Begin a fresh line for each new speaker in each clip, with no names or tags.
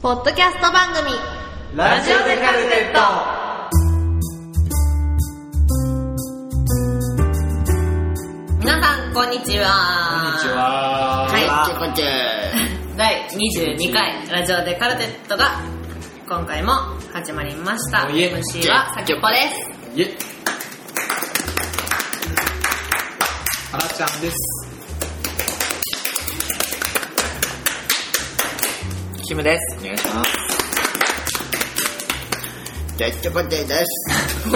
ポッドキャスト番組
ラジオでカルテット
皆さんこんにちは
こんにちは
はい
こんちは
第22回ラジオでカルテットが今回も始まりました
おいえ
MC はさきっぽです
イェあらちゃんです
キムですお願いしますジャッジポテです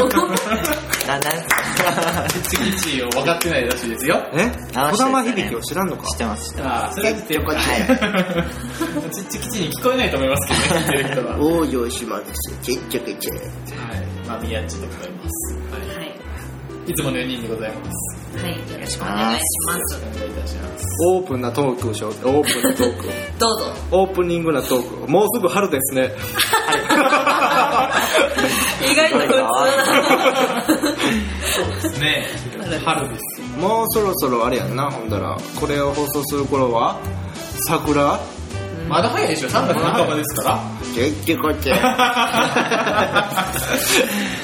なんなん
次1位を分かってないらしいですよ
え
あ
小玉
知ってる
響を知らんのか
知ってます知ってま
ああそれって
よかった
ちっちきちに聞こえないと思いますけどね聞いてる人 はは
王女島ですちっちゃくちゃ
いまあ宮地でございます
は
はいいいつもの4人でございます
はいよろしくお願いします
お願いいたします
オープンなトークをしようオープンなトークを
ど うぞ
オープニングなトークをもうすぐ春ですね
意外と普通
ですね春です
もうそろそろあれやんなほんだらこれを放送する頃は桜
まだ早いでしょ3月半ばですから
ジャッジポテあ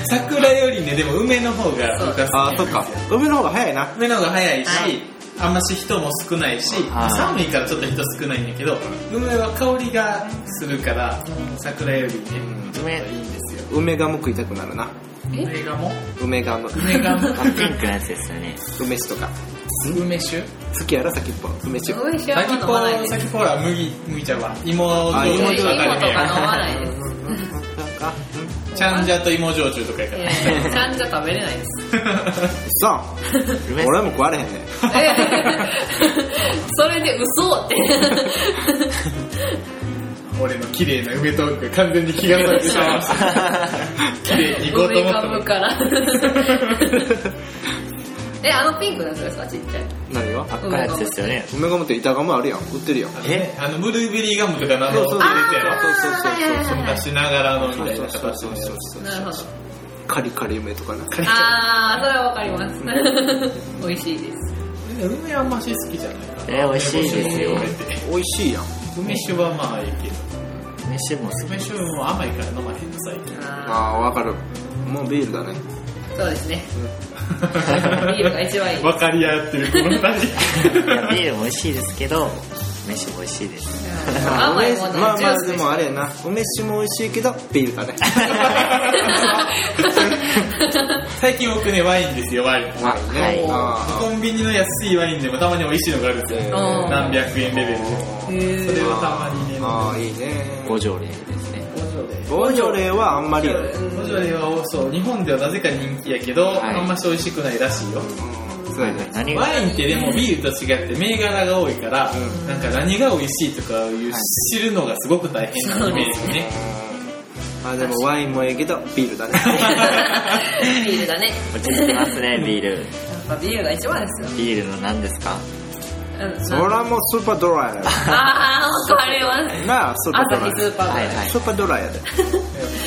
桜よりねでも梅の方が僕は
あ
好
ー
き
そ
なん
っか
ですよ
梅の方が早いな
梅の方が早いし、
はい
あんまし人も少ないし、
はい
寒いからちょっと人少ないんだけど梅は香りがするから桜よりねちょっといいんですよ
梅ガム食いたくなるな
梅がも
梅ガム
梅がも
のピンクのやつですよね
梅酒とか
梅酒
好きやろ先っぽ梅酒
ごい幸
先
せ
っ
飲
ぽ
まないです
先っぽは麦麦茶は芋
あ
芋
芋
焼酎
芋
だ
とか飲
からね
まないです
ちゃんじゃと芋焼酎とかやか
いや
ら
いやちゃんじゃ食べれないです
さあ
梅酒
俺も食われへんねん
えそれで嘘って
俺の綺麗な梅トーク完全に気が付いてしまいました綺麗に行こう と思
梅
った
か
の
ぶ
に
からえあのピンクのやつですかちっちゃい
何が
赤いやつですよね
梅ガムって板ガムあるやん売ってるやん
え あのブルーベリーガムとかなど
そうそう
入れてやろ
そうそうそう
はいはいはいは
出
い
しながらのみ
そ
た
う
い
そ
な
うそう
形
そ
の
う
やつ
そうそう
なるほど
カリカリ梅とかな
あーそれはわかります美味しいです
梅あんまし好きじゃないかな
えー美味しいですよ
梅干しも入れて
美味しいやん
梅酒はまあいいけど
飯も好き
梅酒も甘いから飲まへんの最近
あ
ああわかるもうビールだね
ーそうですねビールが一番いい
分かり合ってるこの二人
いやビールも美味しいですけど飯も美味しいです
甘いもの
まあ
ジ
ま
ュー
あ
ス
で
でし
も
ょ
あれやな梅酒も美味しいけどビールだ ね
最近僕ねワインですよワイン
ワインね
はい
あ
コンビニの安いワインでもたまに美味しいのがあるんですよ
おー
何百円レベルで
へ
それ
ー
をたまにね
ああーいいね
五条例ですね
ボジョレーはあんまりよね
ボジョレーはそう日本ではなぜか人気やけど、
はい
あんまし美味しくないらしいよ
うんそうやね
何が
ワインってでもビールと違って銘柄が多いから、なんか何が美味しいとかいう知るのがすごく大変なイメージね。
あーでもワインもいいけどビールだね
ビールだね
落ち着きますねビール
やっぱビールが一番ですよ
ビールの何ですか
うん
そらもうスーパードライや
あーわかります
でなあスーパード
朝
ラ
日ス
イ
ーパー
はい
で
はい
スーパードラ イやで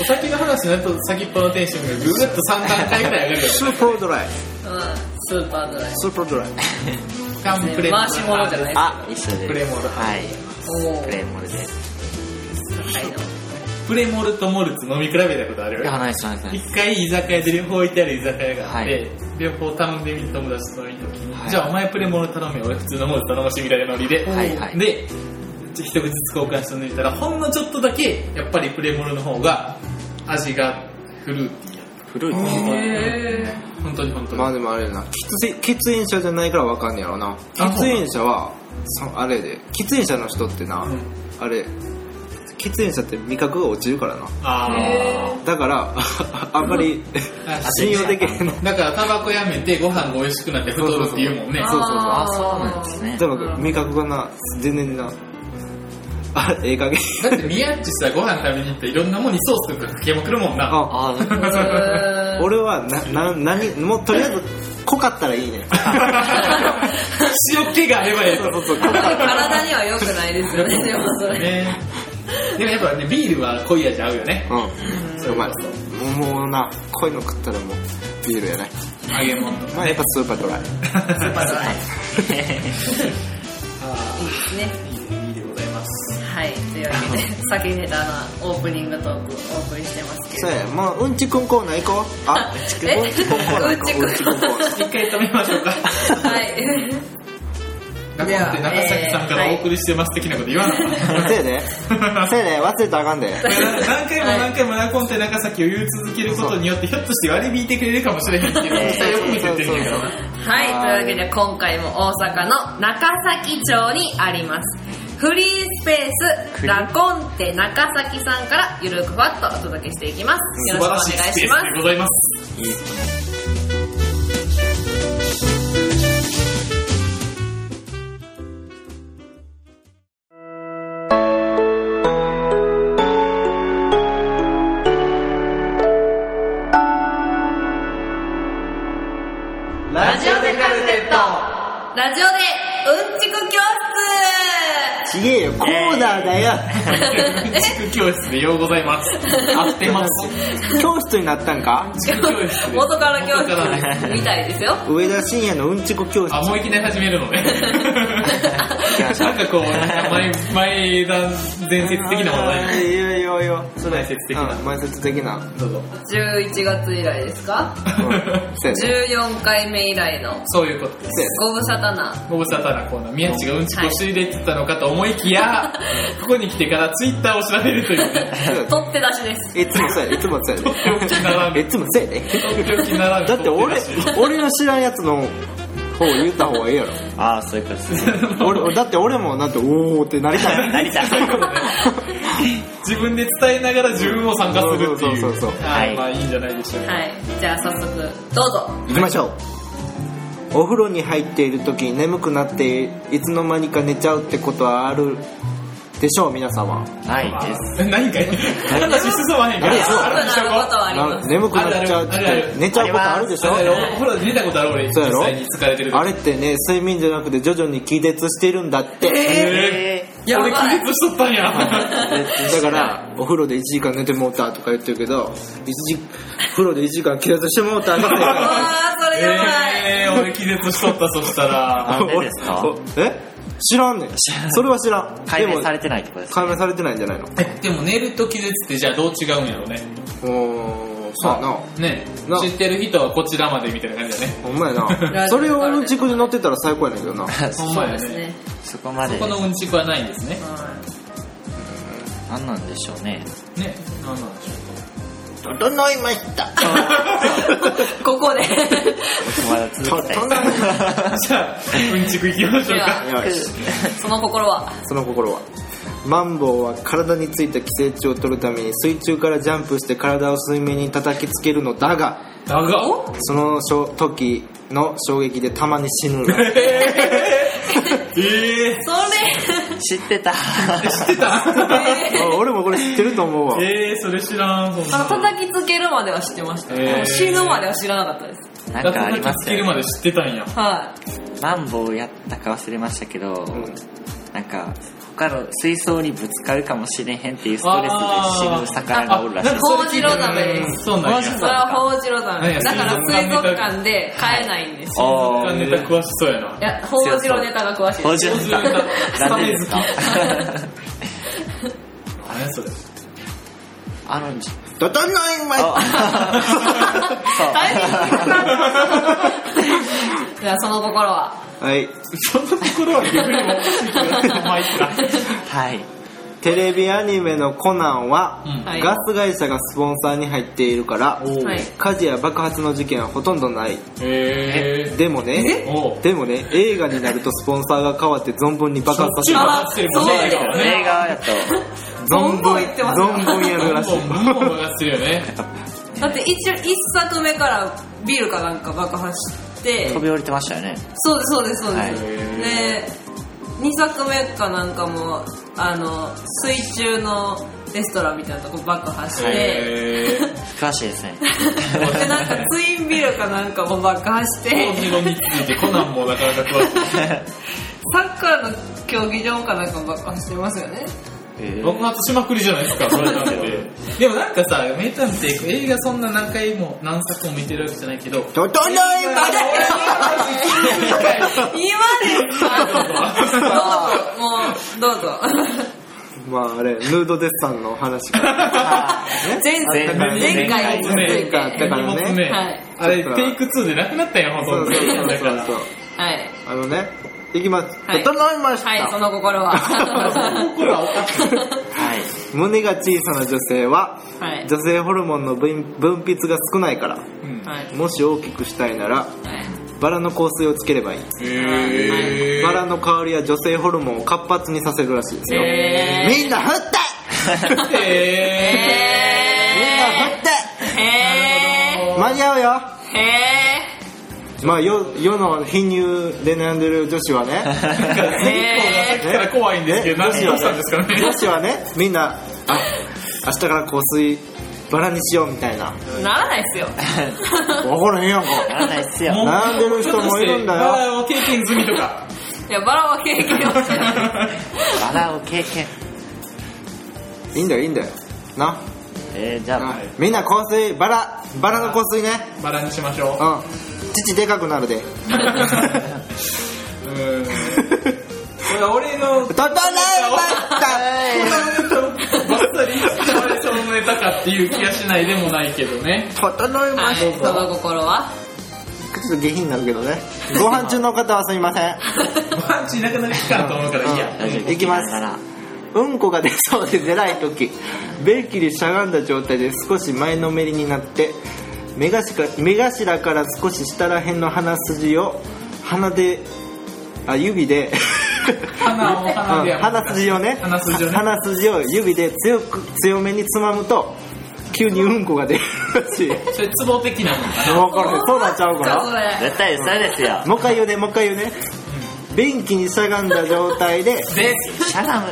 お酒の話になると先っぽのテンションがぐーっと3段階ぐらい 上がるよ。
スーパードライ
うんスーパードライ
スーパードライ
カンプレモ
回し物じゃないです
あ一緒です
プレモル
はい
おお
プレモルです
プレモルとモルツ飲み比べたことあ
い
る
やないですないですないで
一回居酒屋で両方置いてある居酒屋があって、
はい
両方頼んでみる友達といい時に、
はい
じゃあお前プレモル頼め俺普通のモルツ頼ましてみたいなノリで、
はいはい
で一口ずつ交換して抜いたらほんのちょっとだけやっぱりプレモルの方が味がフルーティーや
す古いです
へ
ね
え
本当に本当に、
まあでもあれやな喫煙喫煙者じゃないからわかんねやろな
そうな
喫
の
煙者はそあれやで喫煙者の人ってな、
うん
あれ喫煙者って味覚が落ちるからな
あー
だから あんまり
あ
信用できへんの
だからタバコやめてご飯が美味しくなって太るって言うもんね
あー
そうそうそう
あそうなんですね
だから味覚がな全然なあええ加減
だって宮っちさご飯食べに行っていろんなもんにソースとかかけまくるもんな
あ
あー
うーん
俺はなな何もうとりあえず濃かったらいいねん
塩気があればええと
そうそう
体には良くないですよね、でもそれ。
ねでもやっぱねビールは濃い味合うよね
うんうまいもうな濃いの食ったらもうビールやね
揚げ物と
まあやっぱスーパードライ
スーパードライ。い
あ
いですね。
あいいでございます
はい。はい、というわけで、先にネタのオープニングトークをお送りしてますけ
そう
ど。
やもううんちくんコーナー行こうあうんちくん
え
うんちくんコーナー行こう
う
うんん
ち
ち
く
く
ん
ん
コ
コ
ー
ー
ナー
ナー
一回止めましょうか。
はい。
中本って中崎さんからお送りしてます的なこと言わない。
そうやでそうやで忘れたらあかんで
何回も何回もナコンテ中崎を言い続けることによってひょっとして割り引いてくれるかもしれへんけど、実際よく見てってんねんけどな。
はい、というわけで今回も大阪の中崎町にありますフリースペースラコンテ中崎さんからゆるくばっとお届けしていきますよ
素
ろし
晴
くお願いし
らしいスペー
ます
スでございます。
ラジオでカルテットラジオでうんちく教室
ちげえよコーナーだ よ
地区教室でようございます。合ってます。
教室になったんか
地区教室です
元から教
元からです
室みたいですよ
上田晋也のうんちく教室
あ、もういきなり始めるのね。なんかこう、前、前段前説的なもの
あー
ね。
いいよいいよいいよ
そ前説的な
うん。前説的な
どうぞ。
11月以来ですか
うんそうやね
14回目以来の
そういうことです。
そうやね
ご無沙汰な
ご無沙汰なコーナー、宮地がうんちこし入れてたのかと思いき や、ここに来てからツイッターを調べるというね、
そうやね
取って出しです
いつもそうやでいつもそうや
とっておきなら
で
ぬ、
いつもそうやで
とって おきならぬ
だって俺俺の知らんやつの方言った方がいいやろ
ああ、そういうことですね。
俺だって俺もだっておーって なりたい
成田。
自分で伝えながら自分を参加するっていう、
そうそうそうそう
は、
はいい
まあいいんじゃないでしょうか。
はいじゃあ早速どうぞ
行きましょうお風呂に入っている時眠くなっていつの間にか寝ちゃうってことはあるでしょう皆様
ないで す。
何かい話進まへんから、
あれそう
あるにしとこう
ことはあります
眠くなっちゃうっ
あるあるあるあ
て
る
寝ちゃうことあるでしょ
あれお風呂で出たことある俺、実
そうやろ
際に疲れてる時
あれってね睡眠じゃなくて徐々に気絶してるんだって
えーいや、俺気絶しとったん や。
だからお風呂で1時間寝てもうたとか言ってるけど一時風呂で1時間気絶してもうたって
うわーそれやばい、
えー、俺気絶しとった、そしたら。
なんでですか
え知らんねんそれは知らん
解明さ
れ
れてないってことですね。
解明されてないんじゃないの
えでも寝ると気絶ってじゃあどう違うんやろうね。
おーそうやな
ね
な
知ってる人はこちらまでみたいな感じだね。
ほんまや なそれをうんちくに乗ってたら最高やねんけど
ほ
な
んま
そう
や
ですね。
そこまで
こ。のうんちくはないんですね。
何なんでしょうね。
ね。なんなんでしょ
整いました
ここで
まだ続きたいで
う。
す。
じゃあ、うんちくいきましょうか。
よし
その心は
その心はマンボウは体についた寄生虫を取るために水中からジャンプして体を水面に叩きつけるのだが
だが、
その時の衝撃でたまに死ぬ の
えー、え
それ
知って た。
ー、知ってた
あ俺もこれ知ってると思うわ
えー、それ知らん、ほん
あの
ま。
叩きつけるまでは知ってました、
えー
死ぬまでは知らなかったです
なんかありま
つ
す
ける
よ、
ま
ね。
で知ってたんや。
は
マンボウやったか忘れましたけど、
ん
なんか、他の水槽にぶつかるかもしれへんっていうストレスで死ぬ魚がおるらしい
あなんか。
です
それ聞
ホウジ
いて
ロザメ
うんそうな
い
んや。
それはホウジロザメ
何や
だから水
水族
族
館
館で飼えないんですよ
お
あネタ詳しそうやな。
いやホウジロネタが詳しい
報
です
酬 だった。なんでですか
何やそれ。
あの、じ
整いました
大変だいやその心は
はい
そんなところは逆にもおかしいけど、まあいいか。
はい。
テレビアニメのコナンは、
うん
はい
ガス会社がスポンサーに入っているから、
ー
はい
火事や爆発の事件はほとんどない
えー。
でもね
おう
でもね映画になるとスポンサーが変わって存分に爆発させる
そっちが
そうですよ
映
ね
画やと、
存分言ってますよ
存分やる らしい
もう、もう、してるよね。
だって一応一作目からビールかなんか爆破して
飛び降りてましたよね。
そうですそうですそうです、
はい
で2作目かなんかもあの水中のレストランみたいなとこ爆破して、
えー。
詳しいですね。
でなんかツインビルかなんかも爆破し
コー
て
ジロについてコナンもなかなか詳しい。
サッカーの競技場かなんかも爆破してますよね
爆発しまくりじゃない ですか、それなんで。でもなんかさ、名探偵映画そんな何回も何作も見てるわけじゃないけど、
整いました
今ですかどうぞもうどうぞ
まああれヌードデッサンの話が
前
前
回
回
前回に続い
前
て
回あったからね
二本目
はい
あれ、テイク2でなくなったんや、ほ
そ
とん
う
ど。
そうそう
だ
そ
か
う
ら
そう
はい
あのねいきます
はい
整いました、
はいその心は
心はおかしい。
はい。
胸が小さな女性は
はい
女性ホルモンの分分泌が少ないから
うん
はい
もし大きくしたいならバラの香水をつければいい
へ
バラの香りは女性ホルモンを活発にさせるらしいですよ、
え
みんな振 っ
ー。
て
へ
みんな振って、
ーえ
間に合うよ
ーえ
まあ世世の貧乳で悩んでる女子はね
ー。なんか、線香がさっきから怖いんですけど、
ね
何どうしたんですかね。
女子はねみんなあ明日から香水バラにしようみたいな
ーならないっすよ
分からへんやんか
やらないっすよ。
もう
悩んでる人もいるんだよ
バラを経験済みと か。
いやバラは経験をしてない
バラを経験。
いいんだよいいんだよな、
えー、じゃ
うん
あ、
みんな香水バラバラの香水ね
バラにしましょ
うん父でかくなるで
う。うー ん。これは俺の、
整いま
ば
し
っさり、バラのネタかっていう気がしないでもないけどね。
た整いま
はい
し
その心は
た ちょっと下品になるけどねご飯中の方はすいません
パンチなくなる期間と思うからいいや。
大丈夫。
いきます
だから
うんこが出そうで出ない時べっきりしゃがんだ状態で少し前のめりになって目頭目頭から少し下らへんの鼻筋を鼻であ指で
鼻を 鼻で
うん鼻筋をね
鼻筋をね
鼻筋を指で強く強めにつまむと急にうんこが出るらしい
それ、ツボ的なもんかな。
分からへんそうなっちゃうか
じゃあ
ら
それ
絶対嘘ですよ。
もう一回言うねもう一回言うね便器にしゃがんだ状態で
で、
シャラム。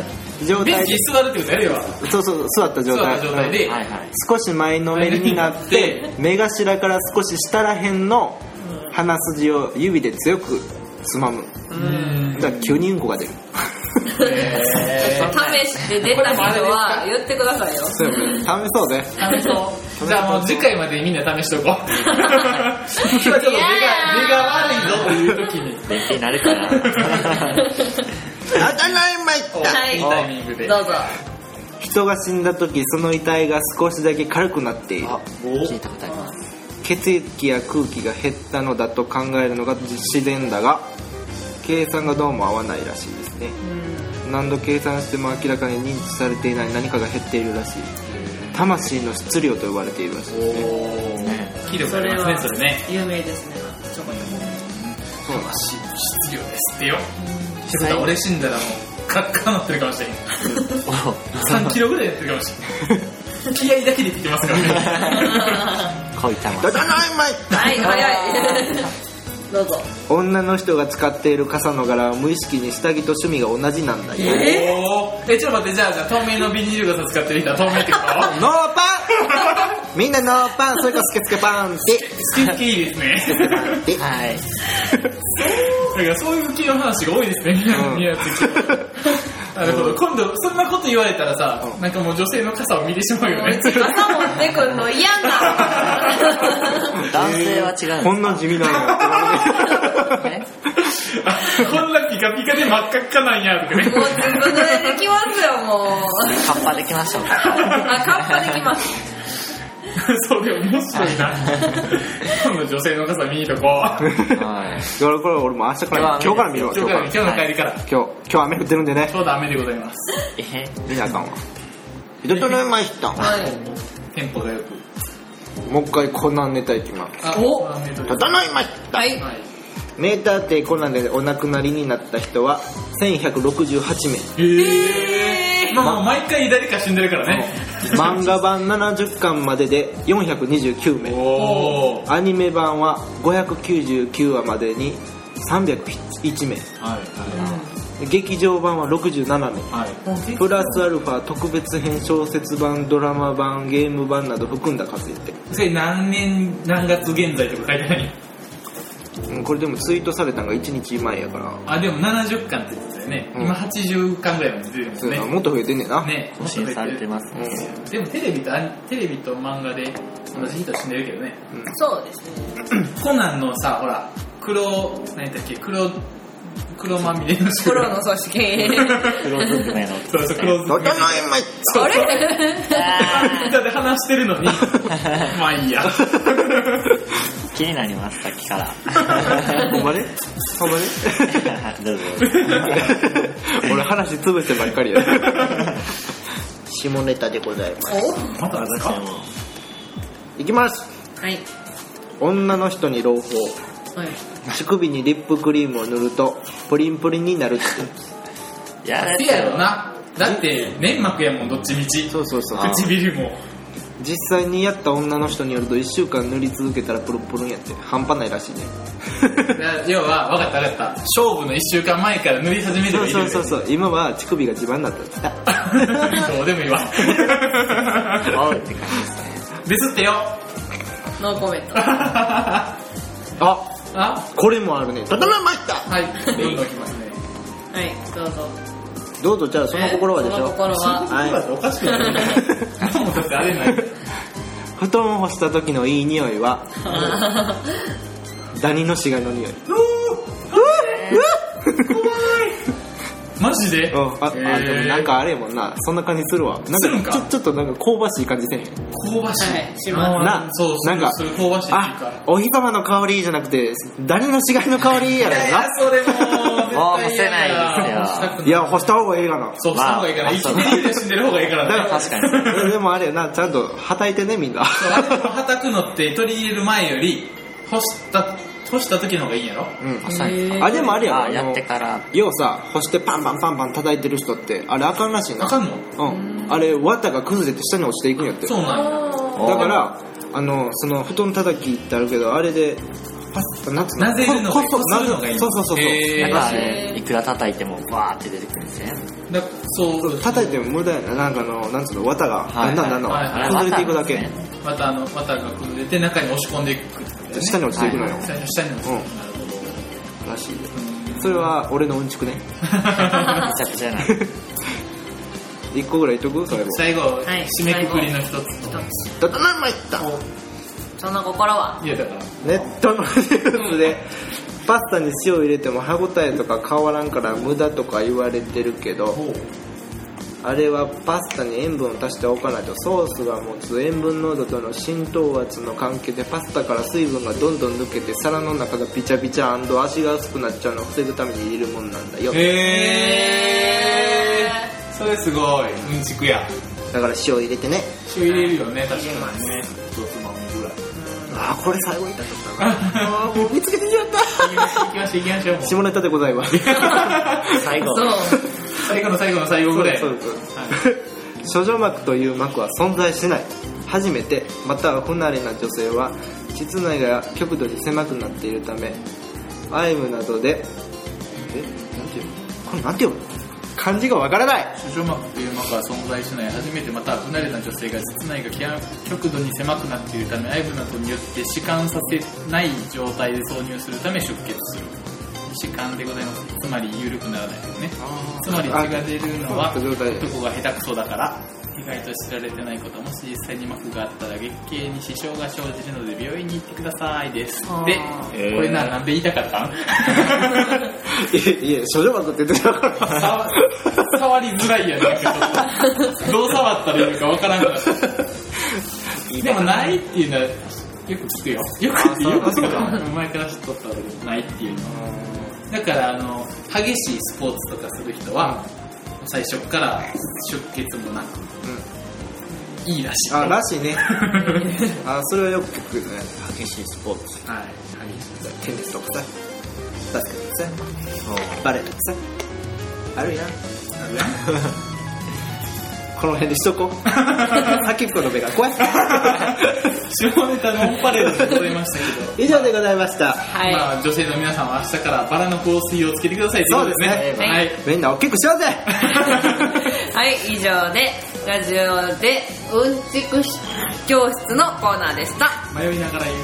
状
ベ
態
ンチ
で
に座るってことやるよ。
そうそう座っ
座
た状
った
態
状態で、
はいはい。
少し前のめりになって目頭から少し下らへんの鼻筋を指で強くつまむ
うん
だから急にうんこが出る
え
試して出た人は言ってくださいよ
そうよね試そうね
ー試そう。じゃあもう次回までにみんな試しとこう。 今日ちょっと出が、出が悪いぞという時に。
勉強になる から。
当たり前
はい
いいタイミングで。
どうぞ
人が死んだ時その遺体が少しだけ軽くなっている
あ、
お
聞いたことあります。
血液や空気が減ったのだと考えるのが自然だが計算がどうも合わないらしいですね何度計算しても明らかに認知されていない何かが減っているらしい魂の質量と呼ばれているらしいですね
お気力ありますね、それね。
有名ですねちょこちょこ
そうらしい
質量ですってよ。ってことは俺死んだらもう、カッカーなってるかもしれん。3キロ ぐらいやってるかもしれ ん。気合だけで生きてますからね。
こいたま。
だだないまい
はい早いどうぞ
女の人が使っている傘の柄は無意識に下着と趣味が同じなんだよ
え
おーえ、ちょっと待って、じゃあ、じゃあ、透明のビニール傘使ってる人は透明ってこ
ノーパン みんなノーパンそれかスケスケパンっ
と
て
好き好きいいですね。
え
はい。
なんかそういう系の話が多いですね、
うん
宮崎さんなるほど、今度、そんなこと言われたらさ、なんかもう女性の傘を見てしまうよね。
朝持ってくんの嫌だ
男性は違うんです
こんな地味 なの
ね。
あ こんなピカピカで真っ赤っかなんや、とかね。
もうずぶ濡れできますよもう
カッパできましょうか。
あカッパできます
そうでも面白いな。今度女性の 傘見にとこう。
はい。
これこれ俺も明日から今日から見るわ今
今
日
日
か
から今
ら
日の帰りから。
今日今日雨降ってるんでね
ちょうど雨でございます。
え
見なあかんわ人とねまい人
はい
テンポがよく。
もう一回コナンネタいきます
あ、
お
雨と
整いました
はい
はい。
名探偵コナンでお亡くなりになった人は1168名
えー。まあもう毎回誰か死んでるからね。
漫画版70巻までで429名
おー。
アニメ版は599話までに301名
はい
劇場版は67名
はい。はい。
プラスアルファ特別編小説版ドラマ版ゲーム版など含んだ数やって
それ何年何月現在とか書いてない
うんこれでもツイートされたのが1日前やから
あでも70巻って言ってたよね、
うん
今80巻ぐらいまで出てる
そういう
も
のは
んね
もっと増えてんねんな、
ね
更新されてますね。
でもテレビとアニテレビと漫画で同じ人は死んでるけどね、
そうですね
コナンのさほら黒何やったっけ黒黒まみれの
プ
宿
ロ
題
の組織。
黒ずくめの
そうそう黒ずく
整
めの
えまい
あれ
みんなで話してるのにまあいいや
気になりますさっきから
ほんまねほん まね
どうぞ
俺話潰してばっかりや下ネタでございます
お
またですか
いきます
はい。
女の人に朗報
はい。
乳首にリップクリームを塗るとプリンプリンになるって
いや
せやろなだって粘膜やもんどっちみち
そうそうそう
唇も
実際にやった女の人によると1週間塗り続けたらプルプルンやって半端ないらしいね
だ要は分かった分かった勝負の1週間前から塗り始めて
そ
も
う
いい
そ
よ
うそうそう今は乳首が自慢になったあ
どうでもいいわ
おうって感
ですってよ
ノーコメント。
あは
これもあるね整えました
いどんどん来ますね
はい、どうぞ。
どうぞじゃあその心はでし
その
ょ
心 は。
はい
今だっておかしく ない今もだってあれない
布団を干した時のいい匂いはダニの死骸の匂い
マジで、
うんああ
え
でも
ー
なんかあれやもんなそんな感じするわ
する
なんんか
か
ちょちょっとなんか香ばしい感じせん
香ばしい、
はいします
あー
な
そうそう
なんか
それ香ばしいっていう
あ
か
お日様の香りじゃなくてダニの死骸の香りやろ
い や
な
それもう
もう干せないですよ
したくない
いや干した方がいいかな
そうした方がいいから、
まあ
生きてるよりは死んでる方がいいからね
だから
確かに
でもあれやなちゃんとはたいてねみんな
そうあれでもはたくのって取り入れる前より干した干した時の方がいいんやろ
うん
浅い
へー
あでもあれや
あ
わ
あやってから
ようさ干してパンパンパンパン叩いてる人ってあれあかんらしいな
あかんの
うんあれ綿が崩れて下に落ちていくんやって
そうなんや
おー
だからあのその布団叩きってあるけどあれでパッと夏
なぜるのがいい
ここ
擦るのがいいの
そうそうそうそう、
へ
だ
ー
からあれいくら叩いてもバーって出てくるんですね
だそう
叩いても無駄やななんかあのなんつうの綿が
は
だ
い
んだんだん
はい
だ
は
ん
い
崩れていくだけ、
あれ綿なん
またあの綿が崩れて中に押し込んでいくってことだよね
下に落ちていくのよ、
下に下に落ちていくなるほど
らしいでそれは俺のうんちくね
めちゃくちゃな
一個ぐらいいっとく最後
最後、
い
締めくくりの一つ
だだなまいった
その心は。
いやだから
ネットのニュースでパスタに塩入れても歯ごたえとか変わらんから無駄とか言われてるけどあれはパスタに塩分を足しておかないとソースが持つ塩分濃度との浸透圧の関係でパスタから水分がどんどん抜けて皿の中がビチャビチャ足が薄くなっちゃうのを防ぐために入れるもんなんだよ
へーそれすごいうんちくや
だから塩入れてね
塩入れるよね確かにね一つまみぐらい
ああこれ最後に痛かったなあーもう見つけてしまっ
行きましょう行きましょうも
た
う
下ネタでございます
最後
そう。
最後の最後の最後ぐらい
そうそうそう。処女膜という膜は存在しない。初めて、または不慣れな女性は、膣内が極度に狭くなっているため、アイムなどで、え、なんていうのこれなんていうの漢字がわからない
主女膜という膜は存在しない初めてまたは不慣れな女性が室内が極極度に狭くなっているため内部などによって弛緩させない状態で挿入するため出血する弛緩でございますつまり緩くならないですねつまり血が出るのは
あそういう状態
男が下手くそだから意外と知られてないこともし実際に膜があったら月経に支障が生じるので病院に行ってくださいです
あー
で、
えー
これななんで言いたかったん
いえ、いえ、処女膜って出てなかった。
触触 りづらいやんなんかどう触ったらいいのかわからんからでもないっていうのはよく聞くよよく聞くよく聞く前から知っとったわけどないっていうのはだからあの激しいスポーツとかする人は最初から出血もなく、いいらしい
あ、
はい
らしいね。あ、それはよく聞くよね。激しいスポーツ。
激し い
テニスとかさ、バスケとかさ、バレーとかさ、あるやん。
あるやん
この辺でしとこう。先っぽの目が怖い。
下ネタのオンパレードでございましたけど
以上でございました。
ま
は
あ、女性の皆さんは明日からバラの香水をつけてくださいということ
そうです
ね
はい
みんな大きくしようぜ
い。 はい、以上で、ラジオでうんちく教室のコーナーでした。
迷いながら言う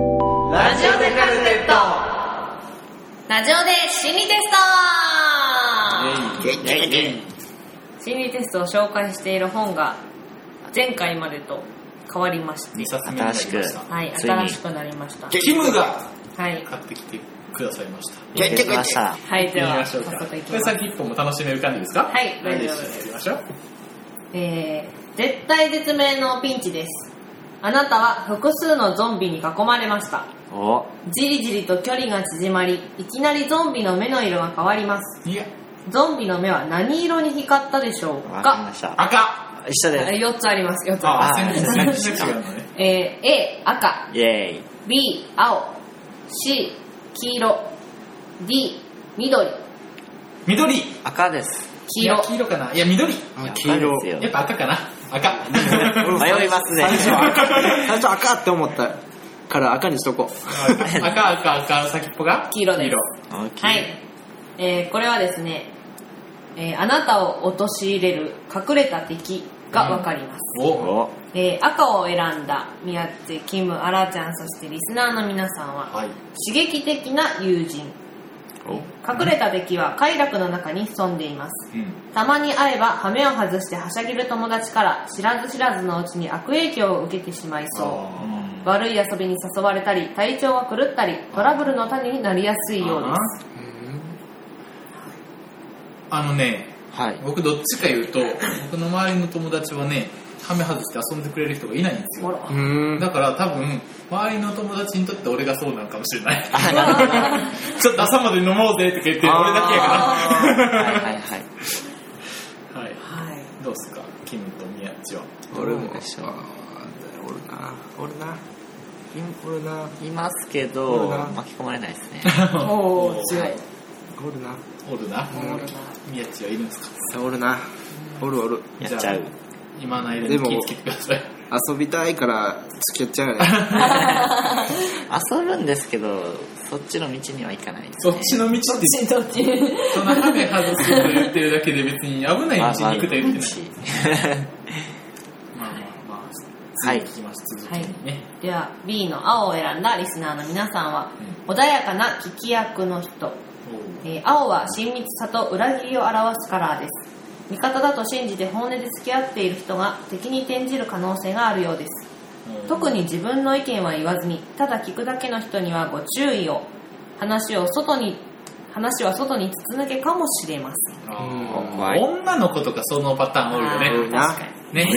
ルテッドラジオで心理テス
イェイイェイイェイ
ト心理テストを紹介している本が前回までと変わりまして
2冊目になりま
新
し
しく
た
はい
ついに
新しくなりました
キムが
はい
買ってきてくださいました
いただきました
はいで
行き
は
ましょ
早
うか
速いき
これ
ます
先一本も楽しめる感じですか
はい大丈夫です
やりましょう
えー、絶対絶命のピンチですあなたは複数のゾンビに囲まれました
お
じりじりと距離が縮まりいきなりゾンビの目の色が変わります
いや
ゾンビの目は何色に光ったでしょう
わかり
か
ました
赤
一緒です
4つあります4つあ
あ
あ
あ
ー
全然全然違うのね
ります えー A 赤
イェイ
B 青 C 黄色 D 緑
緑い
赤です
黄
や
色
黄色かないや緑
あ黄色
赤ですよ
やっぱ赤かな赤
迷いますね
最初は赤最初は赤って思ったから赤にしとこう
赤赤赤先っぽが
黄色です
大き
はい、えーこれはですね、えーあなたを陥れる隠れた敵がわかります、
お
お
えー赤を選んだ宮地キムアラちゃんそしてリスナーの皆さんは
はい
刺激的な友人
お
隠れた敵は快楽の中に潜んでいます
うん
たまに会えば羽目を外してはしゃげる友達から知らず知らずのうちに悪影響を受けてしまいそう
あ
悪い遊びに誘われたり体調が狂ったりトラブルの種になりやすい
ー
ようです
あのね
はい
僕どっちか言うと僕の周りの友達はねハメ外して遊んでくれる人がいないんです
ほ
よ
ら
うーん
だから多分周りの友達にとって俺がそうなんかもしれない
あなるほ ど
ちょっと朝まで飲もうぜとか言ってる俺だけやか
はいはいはい
らは
は
い
い
どうっすかキムと宮地は
俺も
どうでしょう
あーおるなおるなおるない
ますけ
そ
ど
うだな
巻き込まれないですね
おー
おー
強い
おるな
おるな
おるな
宮地はいるんですか
おるなおるおる
やっちゃう
じゃあ今の間に気をつけてください
遊びたいから付き合っちゃうよね
遊ぶんですけどそっちの道には行かないで す
そ
ね
っちの道って
どっち
そのハメ外すって言ってるだけで別に危ない
まあ
道
まあ
に行くと言ってない まあまあまあ
はい
続きます続きにね
では B の青を選んだリスナーの皆さんは穏やかな聞き役の人、
おう
えー青は親密さと裏切りを表すカラーです味方だと信じて本音で付き合っている人が敵に転じる可能性があるようです
うん
特に自分の意見は言わずにただ聞くだけの人にはご注意を話を外に話は外に筒抜けかもしれません
あー
うん怖い
女の子とかそのパターン多いよね
あー
多いな
確かに
ね、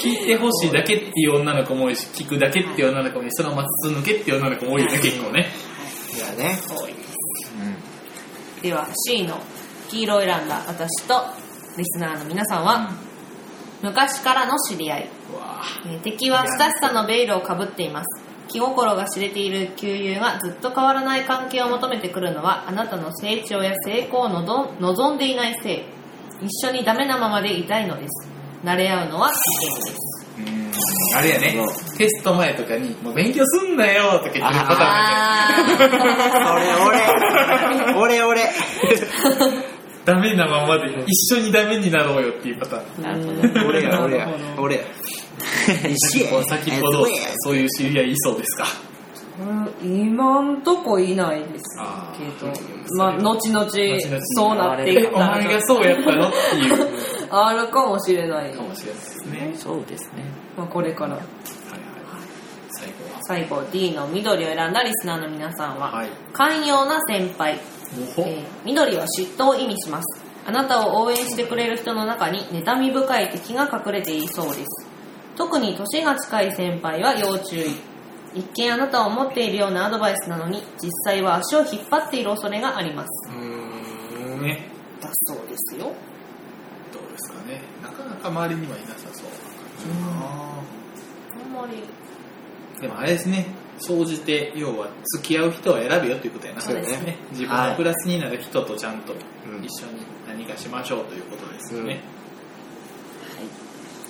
聞いてほしいだけっていう女の子も多いし、聞くだけっていう女の子もいいし、そのまま筒抜けっていう女の子も多いよね、結構ね。
いやね
多いですでは C の黄色を選んだ私とリスナーの皆さんは、昔からの知り合い、
うわぁ。
えー敵は親しさのベールをかぶっています気心が知れている旧友がずっと変わらない関係を求めてくるのはあなたの成長や成功をのど望んでいないせい一緒にダメなままでいたいのです慣れ合うのは危険です
あれやね、テスト前とかに、もう勉強すんなよとか言ってるパターンやね。
それ 俺俺俺
ダメなままで、一緒にダメになろうよっていうパターン。
なるほ ど
俺や俺や
なるほど
俺や一緒
こ
や
の先っぽどうですかそういう知り合いいそうですか。
うん今んとこいないです
あ
け
ー
ど、まあ、後々
々
そうなってい
え、
っ
お
たら
前がそうやったのっていう
あるかもしれない
か、もしれないですね。
そうですね
まあ、これから
はいはい。最後は。
最後 D の緑を選んだリスナーの皆さんは、
はい
寛容な先輩、え
おほ
ー緑は嫉妬を意味しますあなたを応援してくれる人の中に妬み深い敵が隠れていそうです特に年が近い先輩は要注意一見あなたを持っているようなアドバイスなのに実際は足を引っ張っている恐れがあります
うーん
ね、
だそうですよ
どうですかね。なかなか周りにはいなさそうな感
あんまり
じ。でもあれですね、総じて、要は付き合う人を選ぶよということやな。
そうですね
自分のプラスになる人とちゃんと
うん
一緒に何かしましょうということですよね。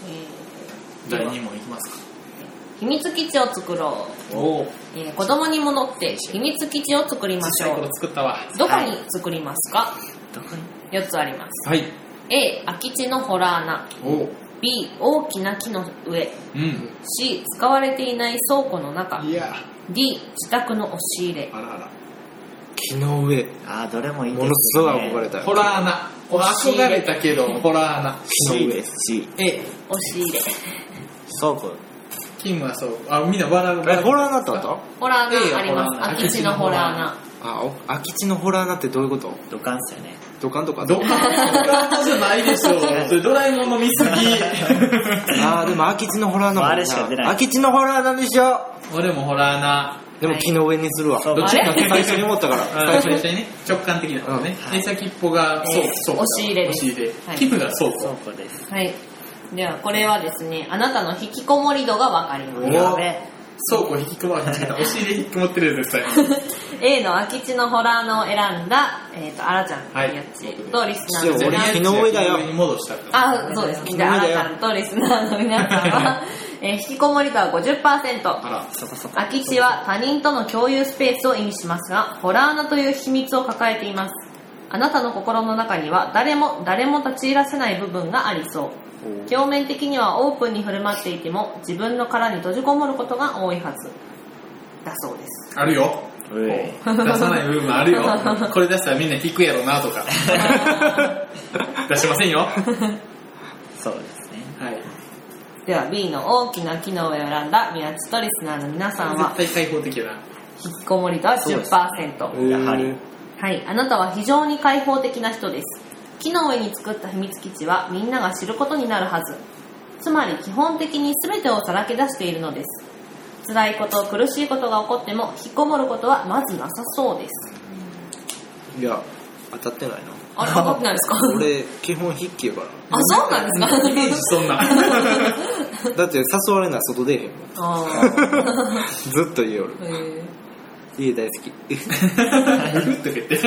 えー
第
では
2問いきますか。
秘密基地を作ろ
おお。
う、えー子供に戻って秘密基地を作りまし
最
ょ
後
う
作ったわ。
どこに作りますか、?4 つあります。
はい。
A、空き地のホラー穴。
おお。
B、大きな木の上。
うん。
C、使われていない倉庫の中
い。や、
D 自宅の押し入れ
あらあ
木の上
ああどれもいいです
も
ね
のすごい憧れた
らホラー穴憧れたけどホラー 穴
木の
C
上
です C
え
押し入れ
倉庫
金はそうあみんな笑う
えホラー穴ってあった
ホラー
A
穴
よ
ありま
ホラー穴
す空き地のホラー穴
あお空き地のホラー穴ってどういうこと
土管っすよね
土管とか
ドカーンじゃないでしょそれドラえもんの見過ぎ
あーでも空き地のホラー穴も
あれしか出ない
空き地のホラー穴でしょ
俺もホラー穴
でも木の上にするわ、
そう
どっちか
あれ
先
最
輩
初に思ったから
あの最初にね直感的なことね、
うん
で先っぽがそうそう
押し入れです
押し入れ
はい
寄付が倉庫
倉庫です
はいではこれはですねあなたの引きこもり度がわかります
お
やべ
倉庫引きこもってた押し入れ引きこもってるやつですね
A の空き地のホラー穴を選んだ、えっとあらちゃん
はい
やちとリスナーの
そ
皆
う俺
さん
木の上だよ
木のに戻したから
あそうですじゃああらちゃんとリスナーの皆さんは、えー引きこもり度は
あ
50%
ら
そこそこ
空き地は他人との共有スペースを意味しますがホラー穴という秘密を抱えていますあなたの心の中には誰も誰も立ち入らせない部分がありそう表面的にはオープンに振る舞っていても自分の殻に閉じこもることが多いはずだそうです
あるよ
うい
出さない部分あ るよこれ出したらみんな引くやろなとか出しませんよは
そうですね
い
では B の大きな木の上を選んだ宮地とリスナーの皆さんは
絶対開放的だな
引きこもり度は10%
やはり
えー
はいあなたは非常に開放的な人です木の上に作った秘密基地はみんなが知ることになるはずつまり基本的に全てをさらけ出しているのです辛いこと苦しいことが起こっても引きこもることはまずなさそう です
いや当たってないな
あれ分かってないですか
俺基本筆記やか
あそうなんで
イメ
す
ージ
か
そんな
らだって誘われない外出えへんもん
あー
ずっと家おる
へー
家大好
う
き
るっとけて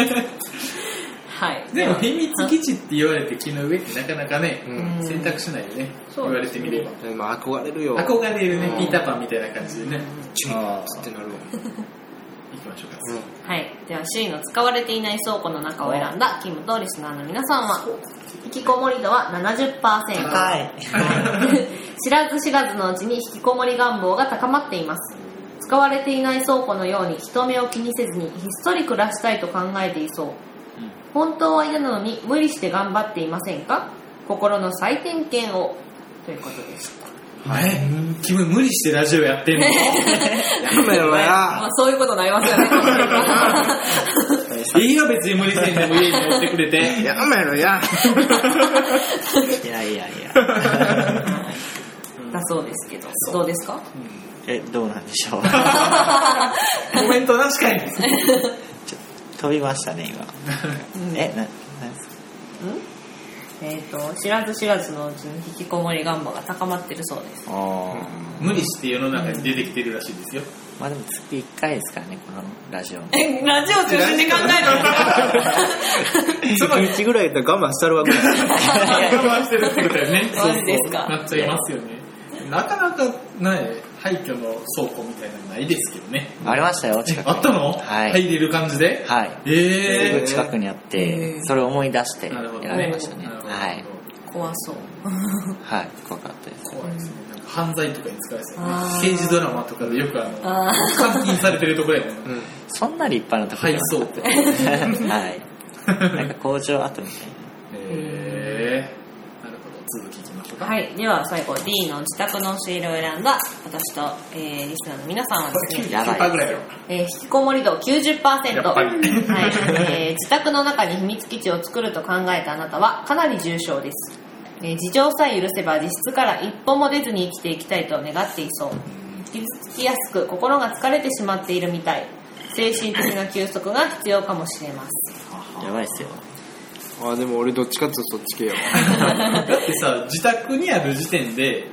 はい
でも秘密基地って言われて木の上ってなかなかね、
うん
選択しないよね言
そう
わ
で
れ
す
て
ね
みれば
でも憧れるよ
憧れるね
うん
ピーターパンみたいな感じでね
チュイッつってなるわ、
行きましょうか
はい、では C の使われていない倉庫の中を選んだキムとリスナーの皆さんは引きこもり度は70%
い
知らず知らずのうちに引きこもり願望が高まっています使われていない倉庫のように人目を気にせずにひっそり暮らしたいと考えていそう本当は嫌なのに無理して頑張っていませんか心の再点検をということでした
はい君無理してラジオやってんの
やめろ
まあ
や
そういうことになりますよね
いいよ別に無理せんでも家に持ってくれて
やめろや
いやいやいや
だそうですけどどうですか
えどうなんでし ょう
コメントなしかい
飛びましたね今 えななんですか
えー、と知らず知らずのうちに引きこもり願望が高まってるそうです
無理して世の中に出てきてるらしいですよ
まあでも月1回ですからねこのラジオも
えラジオ中心に考えるんですか
1日ぐらいだったら我慢したるわぐらい
我慢してるってことよね
マジですか
そうそうなっちゃいますよねなかなかない廃墟の倉庫みたいなのないですけどね
ありましたよ近くに
あったの
はい
入れる感じで
はいす
え
ぐ近くにあって、
えー
それを思い出して
え
や
なるほど
られましたね
なるほど
はい
怖そう
はい怖かったです
怖いですねなんか犯罪とかに使われてたよね
あー
刑事ドラマとかでよくあの
あ
監禁されてるところやもん
うん
そんな立派なとこ
配
ろ
送って
はいなんか工場跡みたい
えー、なるほど続きいきましょう
あ
か
はいでは最後 D の自宅の押し入れを選んだ私と、えーリスナーの皆さんはですね、
やばい
9%ぐらいよ
えー引きこもり度90%
やっぱり
はいえー自宅の中に秘密基地を作ると考えたあなたはかなり重症です、えー事情さえ許せば自室から一歩も出ずに生きていきたいと願っていそう傷つきやすく心が疲れてしまっているみたい精神的な休息が必要かもしれません
なやばいっすよ
あでも俺どっちかっていうとそっち系やわ
だってさ自宅にある時点で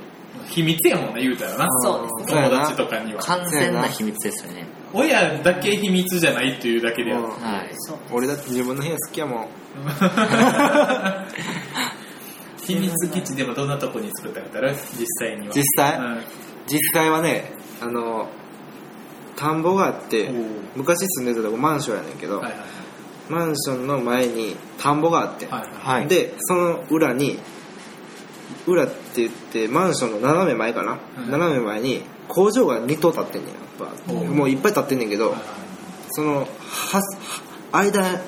秘密やもんな言うたらな
そうです
そうや
友
な
達とかには
完全な秘密ですよね
親だけ秘密じゃないっていうだけで、
うん
はい
そう
俺だって自分の部屋好きやもん
秘密基地でもどんなとこに作ったかったら実際には
実際
うん
実際はねあの田んぼがあって
おー
昔住んでたとこマンションやねんけど、
はいはいはい
マンションの前に田んぼがあって、
はい
はい
でその裏に裏って言ってマンションの斜め前かな、
うん
斜め前に工場が2棟建ってんねんやっぱ
うん
もういっぱい建ってんねんけどそのは間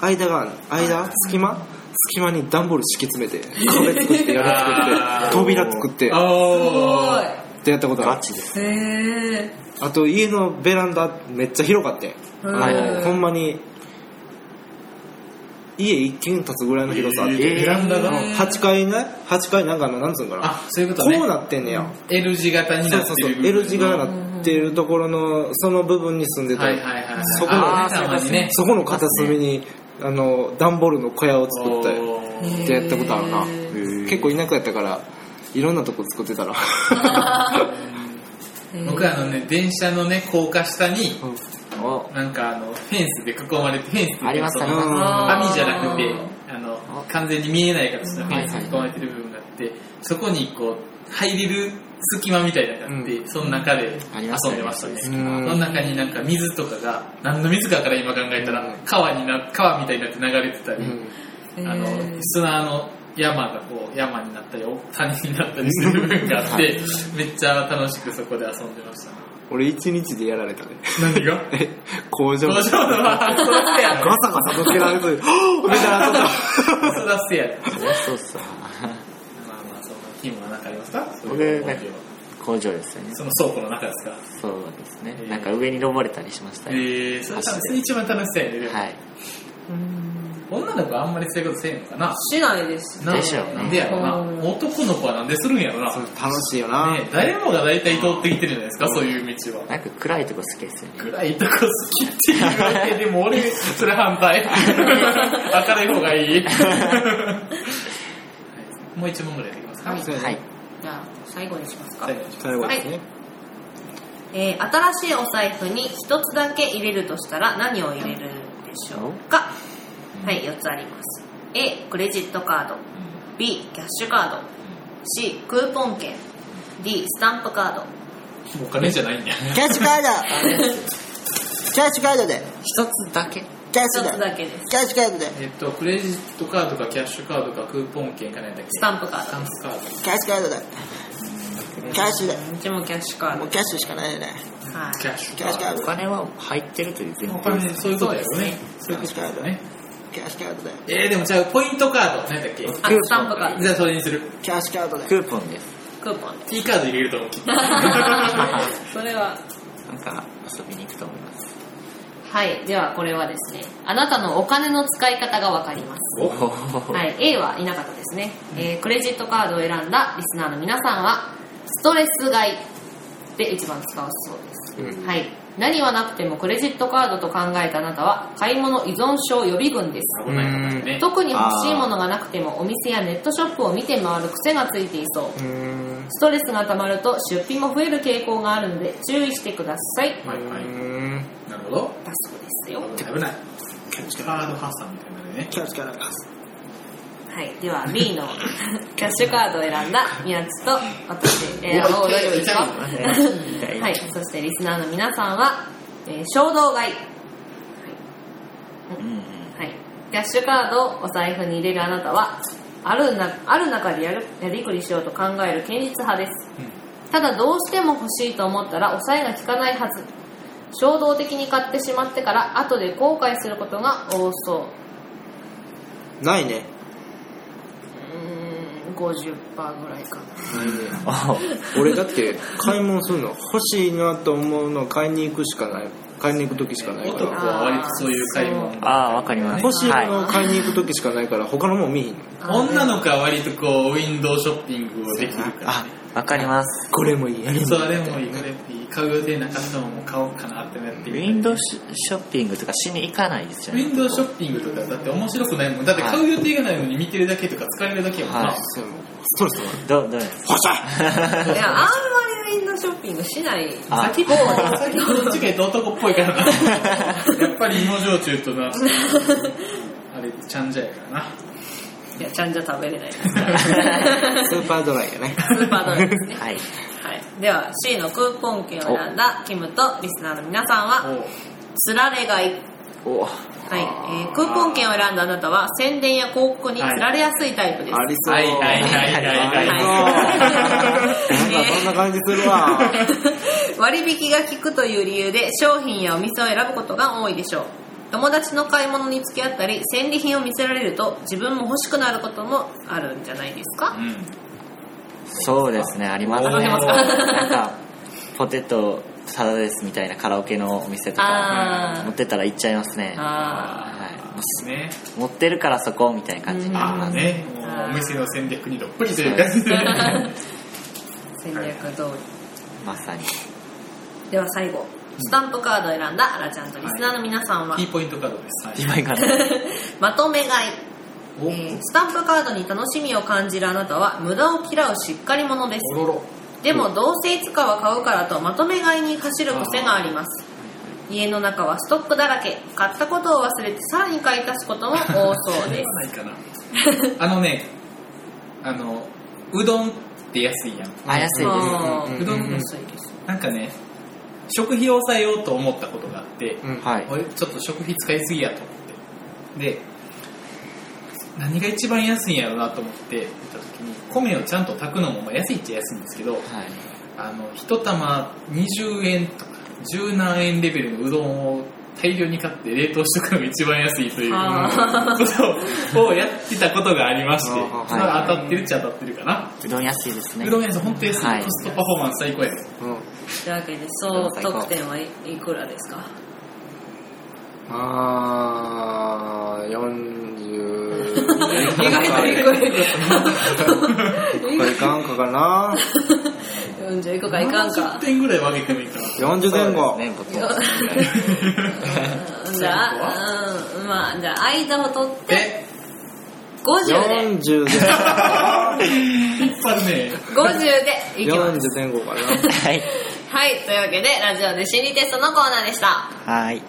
間が間隙間隙間に段ボール敷 き詰めて壁作って屋根
あ
作っ
ー
て扉作ってっ
ああ
てやったことあ
ガ
る
チです
すごいへえ
あと家のベランダめっちゃ広かったよ
うん
あのほんまに家一軒立つぐらいの広さあって、
え
ベランダ
あ
が
の8階ね8階なんかあのなんつうんかな
あそういうことね
こうなってんねや、
L 字型に
そ
な
う
って
そ
る
うそう L 字がなってるところのその部分に住んでた、
はいはいはい
そこの
あーたまにね
そこの片隅にあの段ボールの小屋を作ったよ
おー
ってやったことあるな
ー
結構田舎やったからいろんなとこ作ってたら
僕あのね電車のね高架下に
うん
お
なんかあのフェンスで囲まれてフェンスって
ありますあ
そ
り
の
うん
あー
網じゃなくてあの完全に見えない形のフェンスに囲まれてる部分があってそこにこう入れる隙間みたいなのがあって、
う
その中で遊
ありますね
んでましたね、
うん
その中になんか水とかが何の水かから今考えたら、
うん
川にな川みたいになって流れてたり、あの砂の山がこう山になったり谷になったりする部分があって、
はい
めっちゃ楽しくそこで遊んでましたね
俺一日でやられたね
何が
え工場
工場
ガサ
のはそらせやろ
ガサとけられずみたいな遊んだ
そらせやろ
そりゃそうっすわ
まあまあその日もなんかありますかそう
僕
いう工場
ね工場ですよね
その倉庫の中ですか
そうですね
えー
なんか上に登れたりしましたよ
えー、それ多分それ一番楽しそうやねでも
はい
うん
女の子はあんまりそういうことせえんのかな
しないです
な
でしょうね
なんでやろうな
うん
男の子はなんでするんやろうな
そう
ね
楽しいよな、
え誰もが大体通ってきてるじゃないですかそういう道は
なんか暗いとこ好きですよね
暗いとこ好きって言われてでも俺それ反対明るい方がいいはいもう一問ぐらいできますか
はい
そうやね
はい
じゃあ最後にしますか
最後にします
最後ですね、
えー新しいお財布に一つだけ入れるとしたら何を入れるでしょうかはい4つあります A クレジットカード B キャッシュカード C クーポン券 D スタンプカード
お金じゃないんや
キャッシュカードキャッシュカードで
一つだけ
キャッシ
一
ュ
つ
で
だけです
キャッシュカードで
えっと、クレジットカードかキャッシュカードかクーポン券かなんだっけ
スタンプカ
ス
ー
タ
ド
ンプカー
キャッシュカードでキャッシュで
うちもキャッシュカー
も
ド
うキャッシュしかないよね
は
ドキャ
い
ッシュ
キ
カ
ャッシュカ
ー
ー
お
ド
金は入ってるという前
ドお
提
金そういうことだよね
そうですね
そういうことだよね
キャッシュカードで
えー、でもじゃあポイントカードなんだっけ
あスタンプカード
じゃあそれにする
キャッシュカードで
クーポンです
クーポ ン
T カード入れると思う
それは
なんか遊びに行くと思います
はいではこれはですねあなたのお金の使い方がわかります
おお
はい、A はいなかったですね、えークレジットカードを選んだリスナーの皆さんはストレス買いで一番使うそうです、はい、何はなくてもクレジットカードと考えたあなたは買い物依存症予備軍です
危ないからね
特に欲しいものがなくてもお店やネットショップを見て回る癖がついていそう
うーん
ストレスがたまると出費も増える傾向があるので注意してください
はいうはい
ーん
なるほど
だそうですよ
危ない危ないキャッシュカード発散みたいなのね
キャッシュカードで
はい、では B の キャッシュカードを選んだ宮地と私、えー、
うわ
おー大丈夫ですか
痛い
はい、そしてリスナーの皆さんは、えー衝動買い、
うんうん
はい、キャッシュカードをお財布に入れるあなたはあるなある中でやるやりくりしようと考える堅実派です、ただどうしても欲しいと思ったら抑えが効かないはず衝動的に買ってしまってから後で後悔することが多そう
ないね
うーん50%ぐらいかな
お
俺だって買い物するの欲しいなと思うのを買いに行くしかない買いに行く時しかないか
男
ら
は割とそういう買い物
ああわかります
欲しいものを
は
買いに行く時しかないから他のもん見えへんの
女の子は割とこうウィンドウショッピングをできるから
あ
ね
わかります
これもいいやれもいい
それもいいこれもいい買う予定なかったのも買おうかなってなって
ウィンドウショッピングとかしに行かないです
ウ
よね
ィンドウショッピングとかだって面白くないもんだって買う予定がないのに見てるだけとか疲れるだけやもんな、
はい
そうもうストレスが
どうどうですか
いや、あんまりウィンドウショッピングしない。
あ
先っぽは先っぽどっちかと男っぽいからなやっぱり芋焼酎となあれちゃんじゃやからない
や、ちゃんじゃ食べれない です。
スーパードライやね
スーパードライですね。
は
は
い
い。では、C のクーポン券を選んだキムとリスナーの皆さんは、
おう
つられ買い。
お
はい、えークーポン券を選んだあなたは宣伝や広告に釣られやすいタイプです。
ありそう。
はいはいはいはいはい
はいなんかそんな感じするわ。
割引が効くという理由で商品やお店を選ぶことが多いでしょう友達の買い物に付き合ったり戦利品を見せられると自分も欲しくなることもあるんじゃないですか
そうですねあります
あ
ね
りますか
なんかポテトサラダですみたいなカラオケのお店と
あ
か
ー
持ってったら行っちゃいますね
あ
は
う
い
んね
持ってるからそこみたいな感じになり
あ
ま
あ
す
ねもうお店の戦略にどっぷりという感じで
戦略通り、
まさに
では最後スタンプカードを選んだアラちゃんとリスナーの皆さんは、
T ポイントカードですはい
今から
まとめ買い
お
えースタンプカードに楽しみを感じるあなたは無駄を嫌うしっかり者です
おろろ
でもどうせいつかは買うからとまとめ買いに走る癖があります家の中はストックだらけ買ったことを忘れてさらに買い足すことも多そう
で
で
はないかなあのねあのうどんって安いやん
あ安
す
いです
も
うん
う
うどん
うん安いです
なんかね食費を抑えようと思ったことがあって、
うん
はい
俺ちょっと食費使いすぎやと思ってで何が一番安いんやろうなと思って見た時に米をちゃんと炊くのもまあ安いっちゃ安いんですけど
はい
あの一玉20円とか十何円レベルのうどんを大量に買って冷凍しとくのが一番安いという
あ
ことをやってたことがありまして、
あー
それは当たってるっちゃ当たってるかな、
うどん安いですね
うどん屋さん本当安い、
はい
コストパフォーマンス最高やで
うん
というわけで総得点はいくらですか
あー、40。
意外と いく
これいかんかかな。
40いくかいかんか
10点ぐらい分けてもいいかな
40前後。
ね僕も
うんじゃあうんまあじゃあ間を取って
え
50で
40前
引っ張るね
50でいきま
40
す
前後かな。
はい
はいというわけでラジオで心理テストのコーナーでした
はい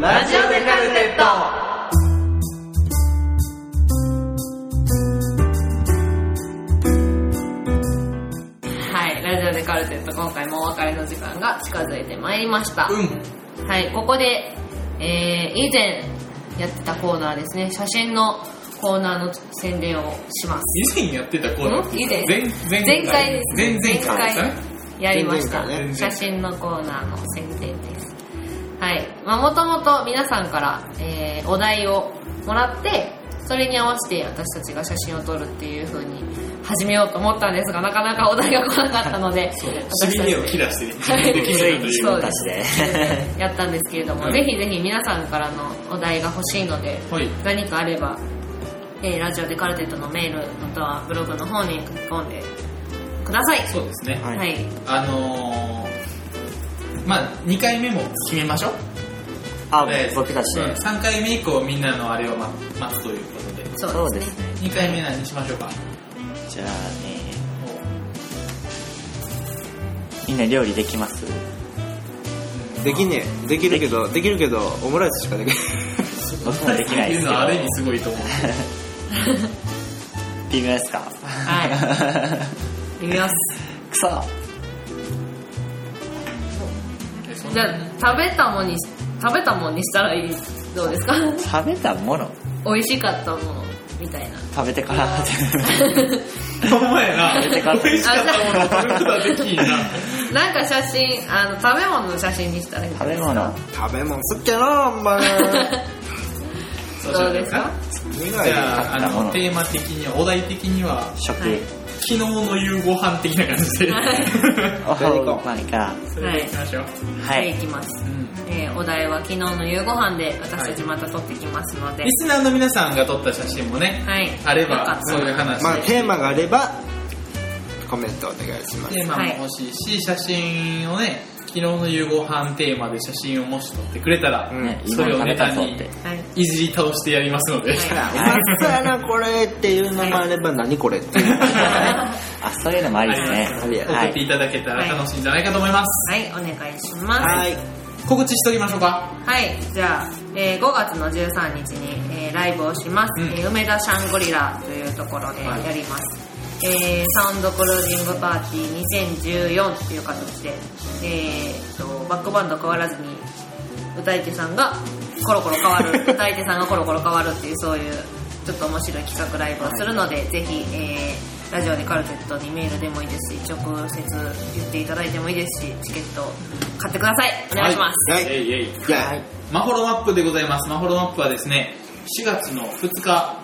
ラジオでカルテットはい、ラジオでカルテット今回もお別れの時間が近づいてまいりました、はい、ここで、えー以前やってたコーナーですね写真のコーナーの宣伝をします
以前やってたコーナー
ん以前
前
前回です
前
ね
々回ですね
やりました、
前
々回ね
写真のコーナーの宣伝ですはいまあもともと皆さんから、えーお題をもらってそれに合わせて私たちが写真を撮るっていう風に始めようと思ったんですがなかなかお題が来なかったので
し
私
び
た
れ
ち
を切らしてね自
はい
分で決めたという
そう
私で
やったんですけれども、
うん
ぜひぜひ皆さんからのお題が欲しいので
はい
何かあれば、えーラジオでカルテットのメールまたはブログの方に書き込んでください
そうですね
はい、
あのーまあ2回目も決めましょう
あ
えー
僕たち
うん
で
3回目以降みんなのあれを待待つということで
そ
そうう
で
です
ね
すね
2回目何にしましょうか
じゃあねみんな料理できます
できねえ。できるけど、できるけど、オムライスしかできない。
僕もできな
っ
い
てい
です
う
け
の
ど
はある意味すごいと思う
微妙ですか
はいいきます
くそ
じゃあ食べたもんに食べたもんにしたらいいどうですか
食べたもの
美味しかったものみたいな
食べてから
ほんまやな
食べてから
美味しかったもの食べることはできひんな
なんか写真あの食べ物の写真にしたらいい
食べ物
食べ物好きやな、ほんまに。
どうですか
苦
じ
いな。
ゃああのテーマ的にはお題的には
食
はい
昨日の夕ご飯的な感じで
おはうまいから
それでいきましょう
は
はい、
い
いきます、
うん
えーお題は昨日の夕ご飯で私たちまた撮ってきますので
リスナーの皆さんが撮った写真もね、
はい
あれ
よか
ば
った
そういう話、
まあ、テーマがあれば、コメントお願いします。
テーマも欲しいし、写真をね昨日の夕ご飯テーマで写真をもし撮ってくれたら、
うん
ね
それをネタ
そう
に
って
はい
いじり倒してやりますので、
は
うまそうやな、これっていうのもあれば、何これっていうのも
あそういうのもありですね
ありや
送
は
って
い
いただけたら楽しいんじゃないかと思います、
はいお願いします、
はい。
告知しときましょうか。
はい、じゃあ、えー5月の13日に、えーライブをします、
うん
えー梅田シャングリラというところで
はい
やります、えーサウンドクルージングパーティー2014という形で、えー、とバックバンド変わらずに歌い手さんがコロコロ変わ る歌い手さんがコロコロ変わるっていうそういうちょっと面白い企画ライブをするので、ぜひ、えーラジオでカルテットにメールでもいいですし直接言っていただいてもいいですしチケット買ってくださいお願いします、
はい
えいえい。
じゃあ
マホロマップでございます。マホロマップはですね、4月の2日、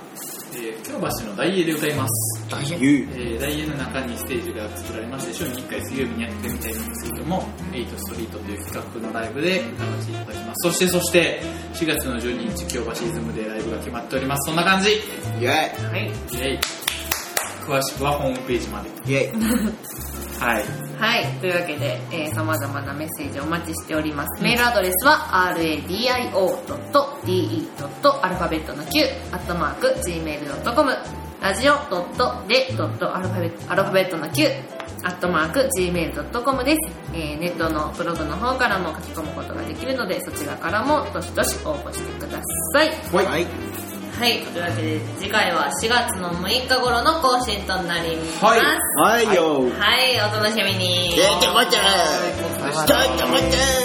えー、京橋の大英で歌います。
言う
えー、大英の中にステージが作られまして、週に1回水曜日にやってるみたいなんですけれども、エイトストリートという企画のライブで歌わせていただきます。そしてそして、4月の12日、京橋イズムでライブが決まっております。そんな感じイ
イエ
はい
ェイ詳しくはホームページまで。
イイエイ
はい。
はい、というわけで、えー、様々なメッセージお待ちしております。メールアドレスは radio.de.alphabet の q アットマーク gmail.com ラジオ .de.alphabet の q アットマーク gmail.com です、えーネットのブログの方からも書き込むことができるので、そちらからもどしどし応募してください。
はい
はい、というわけで次回は4月の6日頃の更新となります。
はい
はいよ
はい、お楽しみに。
ちょっと待ってちょっと待って